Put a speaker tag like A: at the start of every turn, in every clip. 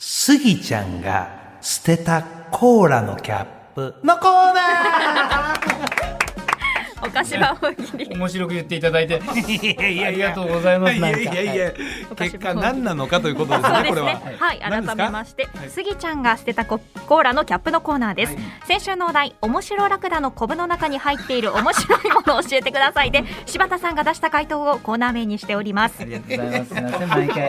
A: スギちゃんが捨てたコーラのキャップのコーナ
B: お菓子は大喜利
C: 面白く言っていただいて
A: ーい
C: ありがとうございます
A: い
C: な
A: や
C: んか
A: いやいや、結果何なのかということです
B: そう
A: ね、
B: で
A: こ
B: す
A: れ
B: ね
A: は。
B: はい改めま
A: し
B: して
C: はい
B: スギちゃんが捨てたココーラのキャップのコーナーです、先週のお題面白ラクダのコブの中に入っている面白いものを教えてくださいで柴田さんが出した回答をコーナー名にしております
C: ありがとうございますすいません毎回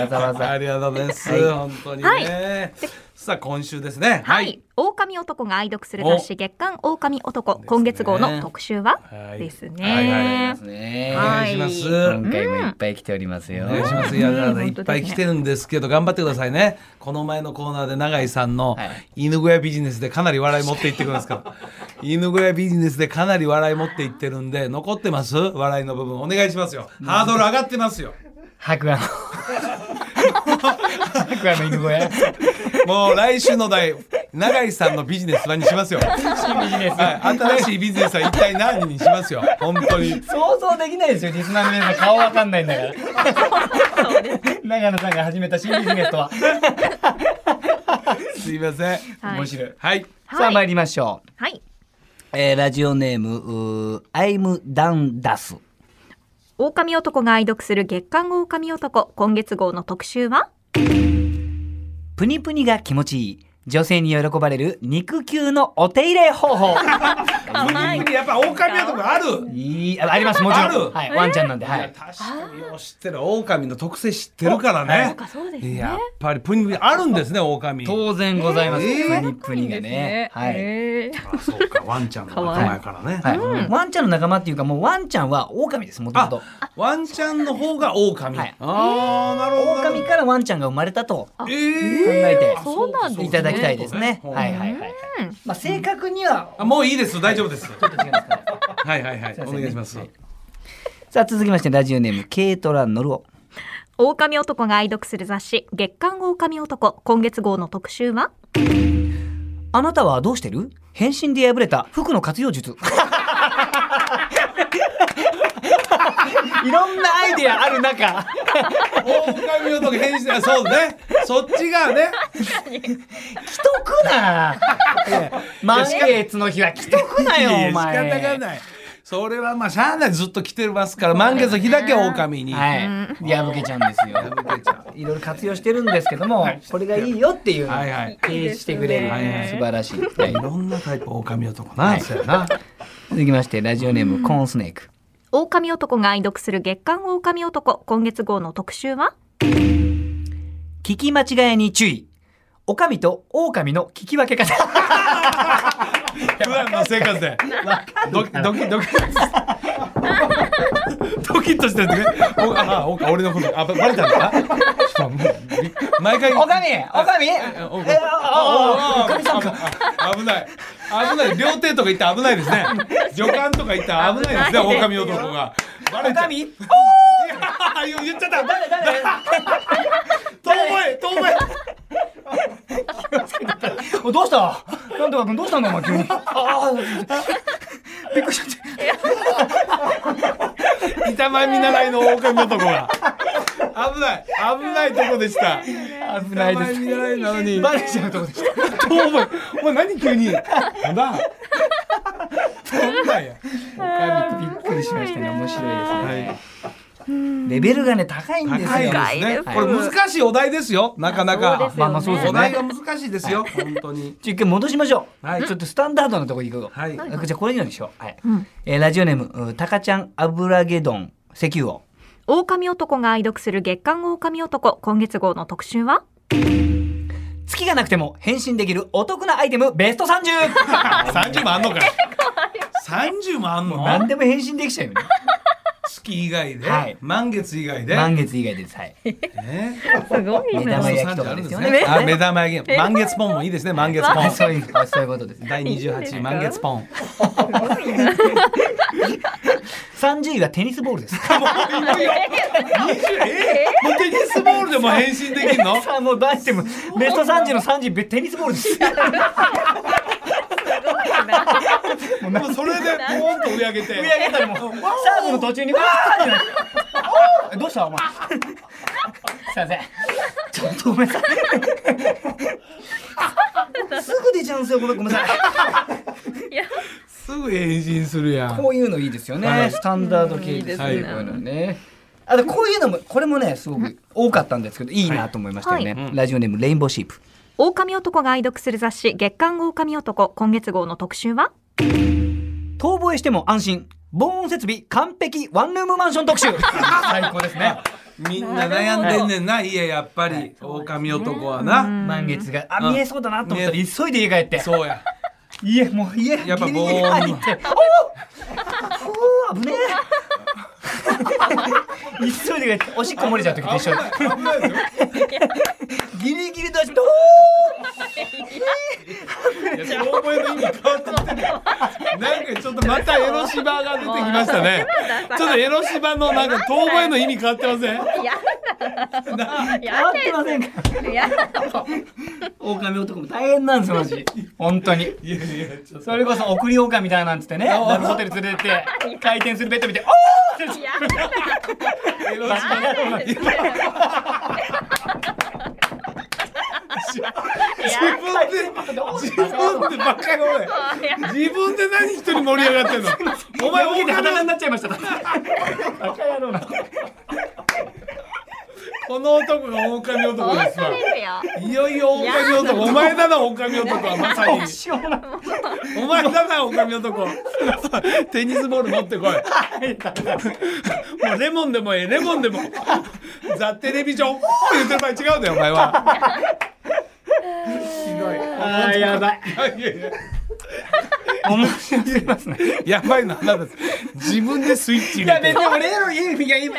C: わざわざ
A: ありがとうございます、
C: はい
A: 本当にね。さあ、今週ですね。
B: はい、。狼男が愛読する雑誌月刊狼男、今月号の特集は、
A: はい
B: です
A: はいはい
B: ね
C: ですね
A: お
B: は
A: 願いします。
C: 今回もいっぱい来ておりますよ
A: お願いします。いや、だから
B: うん
A: いっぱい来てるんですけど、頑張ってください ね。この前のコーナーで永井さんの
C: はい
A: 犬小屋ビジネスでかなり笑い持って行ってくるんです から。犬小屋ビジネスでかなり笑い持って行ってるんで、残ってます笑いの部分お願いしますよ。ハードル上がってますよ。
C: 白亜の白亜の犬小屋
A: もう来週の題、永井さんのビジネスはにしますよ。
C: 新ビジネス
A: はい、新しいビジネスは一体何にしますよ。本当に。
C: 想像できないですよリスナーの皆さん顔わかんないんだから
B: そうです
C: 長野さんが始めた新ビジネスとは
A: すいません。
B: はい
C: 面白い
A: はい。
C: さあ参りましょう
B: はい
C: えーラジオネームうーアイムダンダス
B: 狼男が愛読する月刊狼男今月号の特集は
C: プニプニが気持ちいい女性に喜ばれる肉球のお手入れ方法
A: やっぱ狼のとこある。
C: いいあありますもち
A: あ
C: ろ
A: る
C: ん、はい、ワンちゃんなんで、はい
A: や
C: い、
A: 確かによう知ってる狼の特性知ってるからね。
B: そうです
A: やっぱりプニプニあるんですね狼。
C: 当然ございます、
A: えー
C: プニプニがね、はい、
B: えー
A: あそうかワンちゃんの仲間やからね。
C: はいワンちゃんの仲間っていうかもうワンちゃんは狼ですもともと
A: あワンちゃんの方が狼。
C: はい
A: ああなるほど。
C: 狼からワンちゃんが生まれたと
A: え
C: 考
A: ー
C: えて
B: そうなんですね
C: いただきたいですね、
A: そう
C: はいはいはい、まあ、正確には
A: あもういいです大丈夫です。
C: ちょっと違いますか
A: はいはいはい
C: すいま
A: お
C: せん
A: 願いします
C: は。いさあ続きましてラジオネームケイトラ・ノルオ
B: 狼男が愛読する雑誌月刊狼男今月号の特集は
C: あなたはどうしてる変身で破れた服の活用術 いろんなアイデアある中
A: 狼男変身あそうね。そっちがね。
C: 既得 な満月の日は既得 ない
A: や
C: よ
A: いや
C: お前
A: 仕方がないそれはまあしゃあないずっと来てますから満月の日だけ狼に、
C: はい破けちゃうんですよいろいろ活用してるんですけども、これがいいよっていうのを
A: はいはい
C: 提示してくれる、
A: はいはい
C: 素晴らしい、
A: いろんなタイプ狼男な、
C: はい
A: そうやな
C: 続きましてラジオネームコーンスネーク
B: 狼男が愛読する月刊狼男今月号の特集は
C: 聞き間違えに注意おかみとオオカミの聞き分け方
A: 普段の生活でドキドキドキドキッとしてるねおあお俺のことあばバレたんだなちょっともうび毎回
C: おかみおかみ
A: おおおおお
C: えああ
A: おあ危ない危ない料亭とか行ったら危ないです ね旅館とか行ったら危ないですね
B: 危ない
A: 狼
B: ですよ
A: 男がバレ
C: お
A: ちゃ
C: か
A: う
C: み
A: あ言っちゃった
C: 誰誰
A: 遠い遠い
C: おどうしたなんとか君どうしたんだお前急にああびっくりしちゃっ
A: 板前見習いの狼男が危ない危ないとこでした
C: た危ない
A: 板前見
C: で
A: 習いなのに
C: すバレちゃうとこでした
A: 遠いお前何急になんだなんだよ
C: おかみびっくりしましたね面白いです
A: は
C: ねレベルがね高いんですよ
A: 高いですね
B: 高い
A: これ難しいお題ですよなかなか
C: まあまあそうです
A: お
C: よね
A: 題が難しいですよ本当 に
C: じゃあ一回戻しましょう、
A: はい
C: ちょっとスタンダードなとこ行こう、
A: はい
C: じゃあこれのにしよう、はい
B: ん
C: えーラジオネームうーたかちゃん油揚げ丼石油王
B: 狼男が愛読する月刊狼男今月号の特集は
C: 月がなくても変身できるお得なアイテムベスト 30!
A: 30もあんのか30もあん
C: 何
A: の
C: でも変身できちゃうよね。
A: 月以外で
C: はい
A: 満月以外で
C: 満月以外です。はい。
A: ね
B: すごい
C: 目
B: な
C: 玉焼きとかですよね。
B: ね
A: あ目玉焼き満月ポンもいいですね満月ポ
C: あ
A: ン
C: そういう、あそういうことです。
A: 第28位満月ポン。
C: 30位はテニスボールです。
A: えもう テニスボールでも変身できるの？
C: さあ、もう出しても、ベスト30の30、べテニスボールです。
A: もうそれでポンと上上げて。
C: 上 上げたらもう、 サーブの途中に、わーってなるおーどうしたお前。すいません。ちょっとごめんなさい。れちゃうんですよ、これ、ごめんなさい。
A: すぐ変身するやん
C: こういうのいいですよね。
A: はい
C: スタンダード系ですね。
A: うんいいです
B: ね
C: こういうのね。あとこういうのもこれもねすごく多かったんですけどいいなと思いましたよね、
A: はい
C: ラジオネームレインボーシープ
B: 狼男が愛読する雑誌月刊狼男今月号の特集は
C: 遠吠えしても安心防音設備完璧ワンルームマンション特集最高ですね
A: みんな悩んでんねんないややっぱり、狼男はな、
C: 満月が
A: う
C: あ
A: ん
C: 見えそうだなと思ったら急いで家帰って
A: そうや
C: 家もう家
A: やっぱ
C: ギリギリ
A: 防音
C: 入っておおおお危ねえ 急いで帰っておしっこ漏れちゃう時と一緒
A: 危ないよ
C: ギリギリ出してお
A: いや遠吠えの意味変わってきてるよなんかちょっとまたエロシバが出てきましたねちょっとエロシバのなんか遠吠えの意味変わってません
B: やだ
C: 変わってませんか
B: や
C: 狼男も大変なんですよマジ本当に
A: いやいやちょっと
C: それこそ送り狼みたいなんつってねなんかホテル連れてって回転するベッド見ておーって
A: エロシバが
B: です
A: 自分で自分でばっかりおい自分で何一人盛り上がってんのお前
C: 受けて裸
A: 狼
C: になっちゃいましたバカ野郎な
A: この男が狼男
B: 本
A: ですわ
B: 当ですよ
A: いよいよ狼男お前だな狼男はまさに
C: しょうもない
A: お前だな狼男 テニスボール持ってこいもうレモンでもええレモンでもザ・テレビジョンおー言ってる場合違うんだよお前はひどい
C: あーやばい
A: いやいや
C: 面白すぎますね
A: やばいのあなたです自分でスイッ
C: い
A: チ入れ
C: や
A: て
C: 別に俺エロいいやいや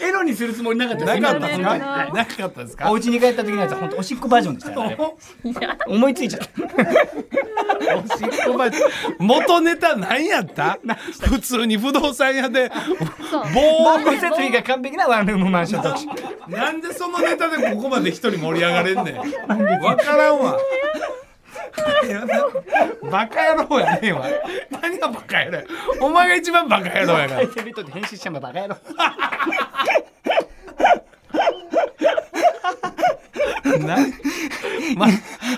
C: エロにするつもりなかった
A: なかったです
B: す
A: か
B: ね
C: はい
A: なかったですか
C: お家に帰った時のやつは本当おしっこバージョンでしたよあれ思いついちゃった
A: おしっこばち元ネタ何やった普通に不動産屋で防
C: 防
A: 音
C: 護設備が完璧なワンルームマンション特集
A: なんでそのネタでここまで一人盛り上がれんねんわからんわいやなバカ野郎やねんわ何がバカ野郎やお前が一番バカ野郎やから
C: 回転ベッドで変身しちゃうのバカ野郎
A: な、ま、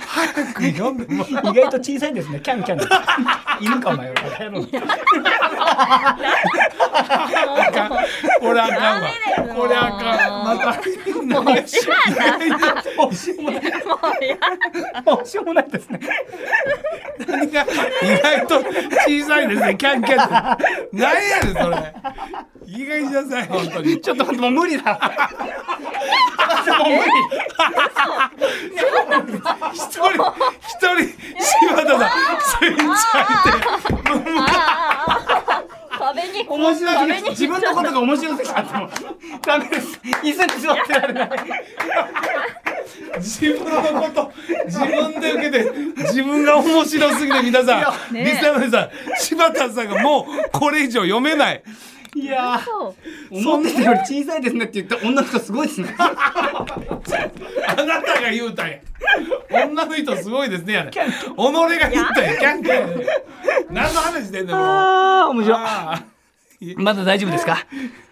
A: 早く読んでもらう
C: 意外と小さいんですね。キャンキャンです。犬かお前バカ野郎。
A: これあかん
B: ダ
A: わ
B: メだよ
A: これあかんまた
B: もうやだ
C: もうしょうもない。
B: もうや
C: もうしょうもないですね。
A: 何が意外と小さいですねキャンキャンって何やねんそれ意外にしなさい本当に
C: ちょっと本当もう無理だ。もう無理。
A: 一人一人柴田さんスイッチ入って
B: 壁に
C: 面白
B: 壁
C: すぎ
B: に
C: 自分のことが面白すぎちゃってもうダメです。椅子に座ってられない。
A: 自分のこと自分で受けて自分が面白すぎて皆さん、
B: ね
A: リスナーの皆さん柴田さんがもうこれ以上読めない
C: いやー。
B: そう
C: 思ってたより小さいですねって言った女の人すごいですね。
A: あなたが言うたんや女の人すごいですねやね己が言ったんやキャンキャン何の話してんねんもう
C: ああ、面白い。
A: あ
C: まだ大丈夫ですか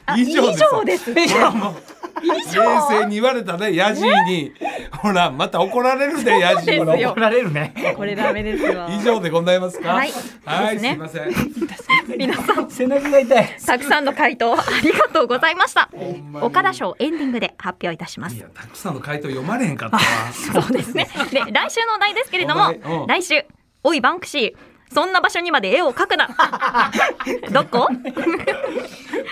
A: あ以上です
B: 以上です
C: 以上も
A: 冷静に言われたねヤジにほらまた怒られるでヤジ
B: そうですよ
C: 怒られるね。
B: これダメですわ
A: 以上でございますか
B: はい
A: はい
B: です
A: す
B: ね
A: いません
B: 皆さん
C: 背中が痛い。
B: たくさんの回答ありがとうございました
A: んまに
B: 岡田賞エンディングで発表いたします
A: いやたくさんの回答読まれへんかったわ
B: そうですね。で、来週のお題ですけれども
A: お題う、ん
B: 来週、おいバンクシー、そんな場所にまで絵を描く な。どこ？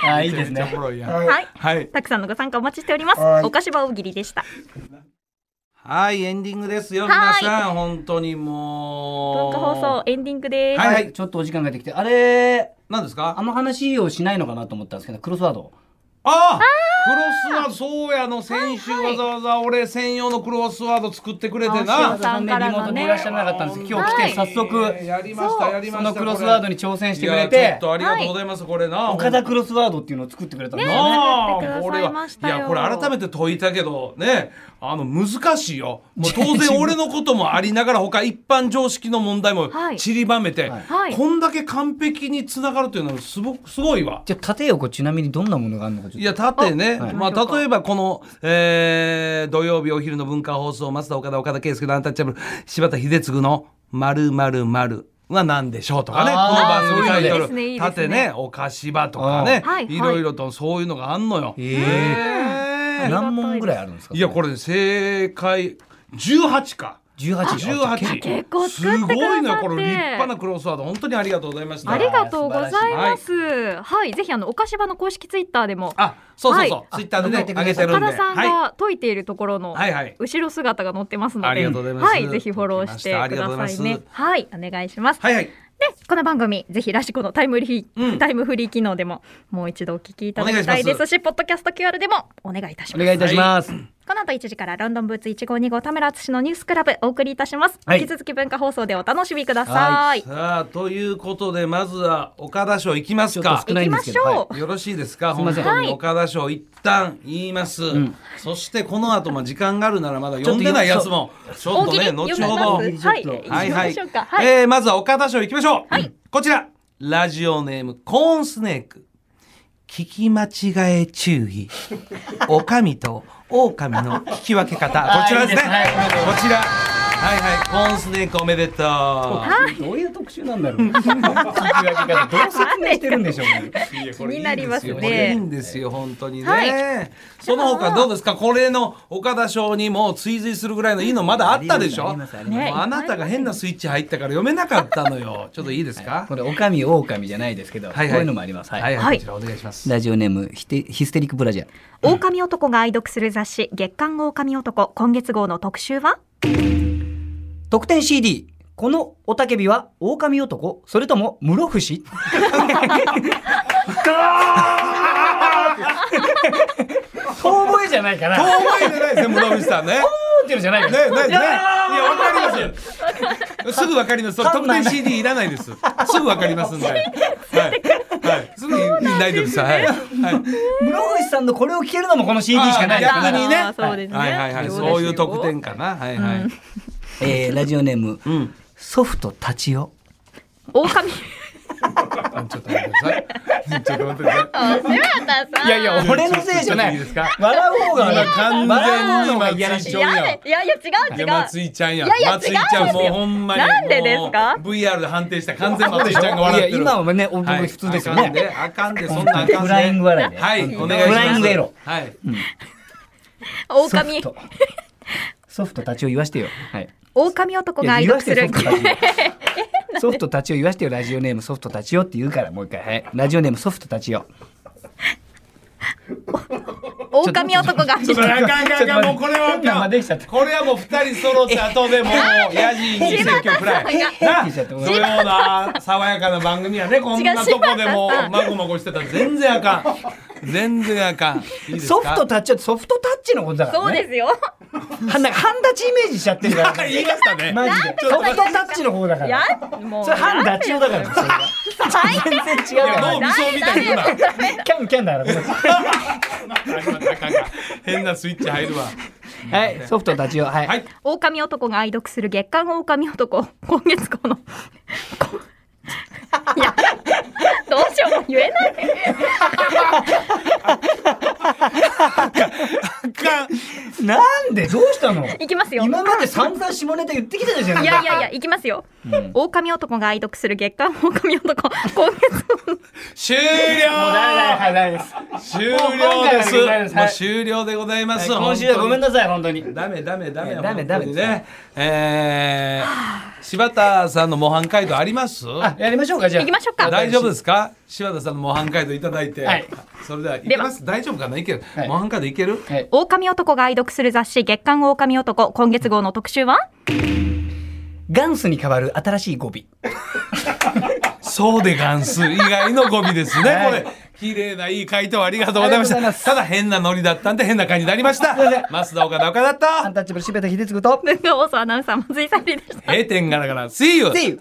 C: ああ、いいです
A: めっちゃお
C: ね
A: も。ろいやん
B: はい。
A: はい
B: たくさんのご参加お待ちしております。お菓子場大喜利でした。
A: はいエンディングですよ
B: は
A: 皆
B: い
A: さん本当に
B: 文
A: もう
B: 化放送エンディングです。
A: はい
C: はい、ちょっとお時間ができて、あれ
A: 何です
C: あ
A: か
C: の話をしないのかなと思ったんですけど、クロスワード。
A: あクロスワードそうやの先週わざわざ俺専用のクロスワード作ってくれて
B: あ
A: な
C: さんね、リモートでいらっしゃらなかったんですけど、今日来て早
A: えー
C: 速、
A: やりましたやりま
C: その
A: した
C: クロスワード
A: に
C: に挑戦してく
A: い
C: れ、
A: やちょってとありがとうございますこれな
C: 岡田クロスワードっていうのを作ってくれたんですよね。
A: な
B: ね
A: あこ
B: 作ってくだ
A: れ
B: さいま
A: は
B: した
A: い
B: よ
A: やこれ改めて解いたけどねあの難しいよもう当然俺のこともありながら他一般常識の問題も
B: はい
A: 散りばめて、
C: はい
B: はい
A: こんだけ完璧につながるというのはすごくすごいわ。
C: じゃあ、縦横ちなみにどんなものがあるのかちょっちょっと
A: いや、縦
C: はい
A: ね。ま
B: 行きましょ
A: あ、
B: うか
A: 例えばこの、えー土曜日お昼の文化放送、松田岡田岡田圭佑のアンタッチャブル、柴田秀嗣の〇〇〇は何でしょうとかね。この
C: あー
A: 番組タイト
B: いいですねい
A: ル。
B: いですね
A: 縦ね、岡柴とかね
B: あーはい。はい
A: いろいろとそういうのがあんのよ。
C: え
A: え
C: え
A: ー
C: 何問ぐらいあるんですか
A: いや、これ正解、18か。
C: 18
A: 18。
B: 結構
A: す
B: 作ってくださって
A: ごいね、これ立派なクロスワード。本当にありがとうございました。
B: ありがとうございます。はい、ぜひあの岡島の公式ツイッターでも
A: あ、そうそうそう
B: は。
A: ツイッターでね、
C: あ
A: 上げてる
B: 岡
A: んで。
B: 田さん
A: は
B: が解いているところの
A: はいはい
B: 後ろ姿が載ってますので、
A: ありがとうございます
B: はい、ぜひフォローしてください
A: ありがとうござい
B: ね
A: ま。
B: はい、お願いします。
A: い。はいはい。
B: で、この番組ぜひラシコのタイムリー、
A: うん
B: タイムフリー機能でももう一度お聞きいただきたいですし、ポッドキャスト QR でもお願いいたし
C: お
B: ます。
C: 願いいたします、
B: この後1時からロンドンブーツ152号田村敦のニュースクラブお送りいたします。
C: はい
B: 引き続き文化放送でお楽しみください。
A: さあということでまずは岡田賞いきます
C: ちょっ
A: か
C: と少ないんですけど
B: 行きましょう
A: よろしいですか
C: すいま
A: 本
C: せん
A: 当に岡田賞一旦言います、そしてこの後も時間があるならまだ読んでないやつもちょっ
B: 大
A: と
B: 喜利
A: ね後
B: 読み
A: ほ
B: ま
A: ど
B: す。
C: 後ほど
B: はい、
C: ちょっ
B: 行
C: と
B: き
A: はいは
B: ま
A: い
B: しょうか。はい。
A: えーまずは岡田賞いきましょう、こちらラジオネームコーンスネーク聞き間違え注意おかみとオオカミの聞き分け方こちらですね
C: あーいいですねはい
A: こちらはいはいコーンスネークおめでと う
C: どういう特集なんだろう聞き分け方どう説明してるんでしょう ね
B: 気になります
A: これいい
B: ね。
A: んですよ本当にね、
B: は
A: その他どうですかこれの岡田賞にも追随するぐらいのいいのまだあったでしょ
C: ありますあります
B: ね
A: もうあなたが変なスイッチ入ったから読めなかったのよちょっといいですか
C: これおかみおおかみじゃないですけど、
A: はいはい
C: こういうのもあります
A: は
C: はいい、
A: はい、
B: はい
A: こちらお願いします
C: ラジオネームヒテヒステリックブラジャー
B: 狼男が愛読する雑誌月刊狼男今月号の特集は
C: 特典 CD このおたけびは狼男それとも室伏遠吠えじゃないかな
A: 遠
C: 遠
A: 吠えじゃないですね室伏さんねね
C: 吠えてるじゃないか
A: ね
C: な
A: ねいやわかりますすぐわかりますそれ特典 CD いらないですすぐわかりますん ではいはいすぐに大丈夫ですはいはい
C: 室伏さんのこれを聞けるのもこの CD しかないです
A: あ
C: か
A: 逆
C: ら、
A: にね
B: あーそうですね。
A: はいはいはいそういう特典かなはいはい、
C: えーラジオネーム、
A: ん
C: ソフトたちよ
B: 狼。
A: ちょっと待ってください。ちょっと待ってくださ
B: いやいや
A: い。
C: 俺のせいじゃない
A: ちょっといいですか。
C: 笑う方が
A: 今完
C: 笑う
A: 全
C: 方
A: に
C: が嫌ら
A: 松
C: し
A: 井
C: い
A: ちゃんやん。
B: いやいや違う
A: い
B: 違う。
A: や松井ちゃんやん。
B: いやいや
A: 松井ちゃん
B: 違うんです
A: もう
B: よ
A: ほんまに。
B: なんでですか
A: もう ?VR で判定した完全松井ちゃんが笑ってる。
C: いや今はね僕
A: はい
C: 普通ですよね、
A: あかんで、あかんで、そんなあかん
C: フライング
A: は。
C: 笑いで、
A: はい、お願いします。
C: フライングエロ。
A: はい。
B: 狼
C: ソフトソフトたちを言わしてよ。はい。
B: 狼男が愛
C: 言わ
B: 読
C: し
B: す
C: て
B: る
C: よソフトたちを。ソフトたちを言わしてよラジオネームソフトたちよって言うからもう一回はいラジオネームソフトたちよ。
B: 狼男が
A: ちょっとあかんあかんあかんもうこれはあ
C: 今まできち
A: か
C: ゃ
A: ん
C: った
A: これはもう二人揃って 後でもうヤジに説教くらいな
C: 柴田さんが
A: そういうような爽やかな番組やねこんなとこでも
B: 違う柴田さん
A: まごまごしてたら全然あかん全然あかんいいですか
C: ソフトタッチはソフトタッチのことだから、ね。
B: そうですよ。
C: はなんかハンダチイメージしちゃってるから、
A: 言いましたね
C: マジで。ソフトタッチの方だか
B: いや
C: ら。
B: もう。
C: それハンダチオだから。それは
B: 最低
C: 全然違うか
A: 脳
C: ら。
A: みそみたいな
C: キャンキャンだからこれ。
A: 変なスイッチ入るわ
C: はいソフトたちよはい。
A: はい
B: 狼男が愛読する月刊狼男今月号の。こ いやどうしようも言えない。
A: か
C: なんでどうしたの？
B: いきますよ。
C: 今まで散々下ネタ言ってきたじゃん。
B: いやい やいや、いきますよ。狼男が愛読する月刊狼男、今月号
A: 終了
C: もうダメだよはいダメです。
A: 終了で
C: もう今回はございますす
A: も
C: は
A: う
C: い
A: 終了でございます
C: はい今週はごめん
A: な
C: なさい本当に。
A: ダメダメダメ
C: ダメダメ
A: 本当にねえー柴田さんの模範解答あります
C: あやりましょうかじゃあ。。
B: 行きましょうか
A: 大丈夫ですすか柴田さんの模範解答いただいて、
C: はい
A: それではいけます大丈夫かないける、
C: はい
A: 模範解答いける
C: はい。
B: 狼男が愛読する雑誌月刊狼男、今月号の特集は
C: ガンスに代わる新しい語尾。
A: そうでガンス以外の語尾ですね、
C: はい
A: これ綺麗ないい回答ありがとうございました
C: ありがとうございます
A: ただ変なノリだったんで変な感じになりました
C: いません
A: 増田岡田岡田
C: アン
A: と
C: タッチャブル柴田秀嗣と。
B: 文化放送アナウンサー松井さゆりでした。
A: 閉店ガラガラ See you!
C: See you.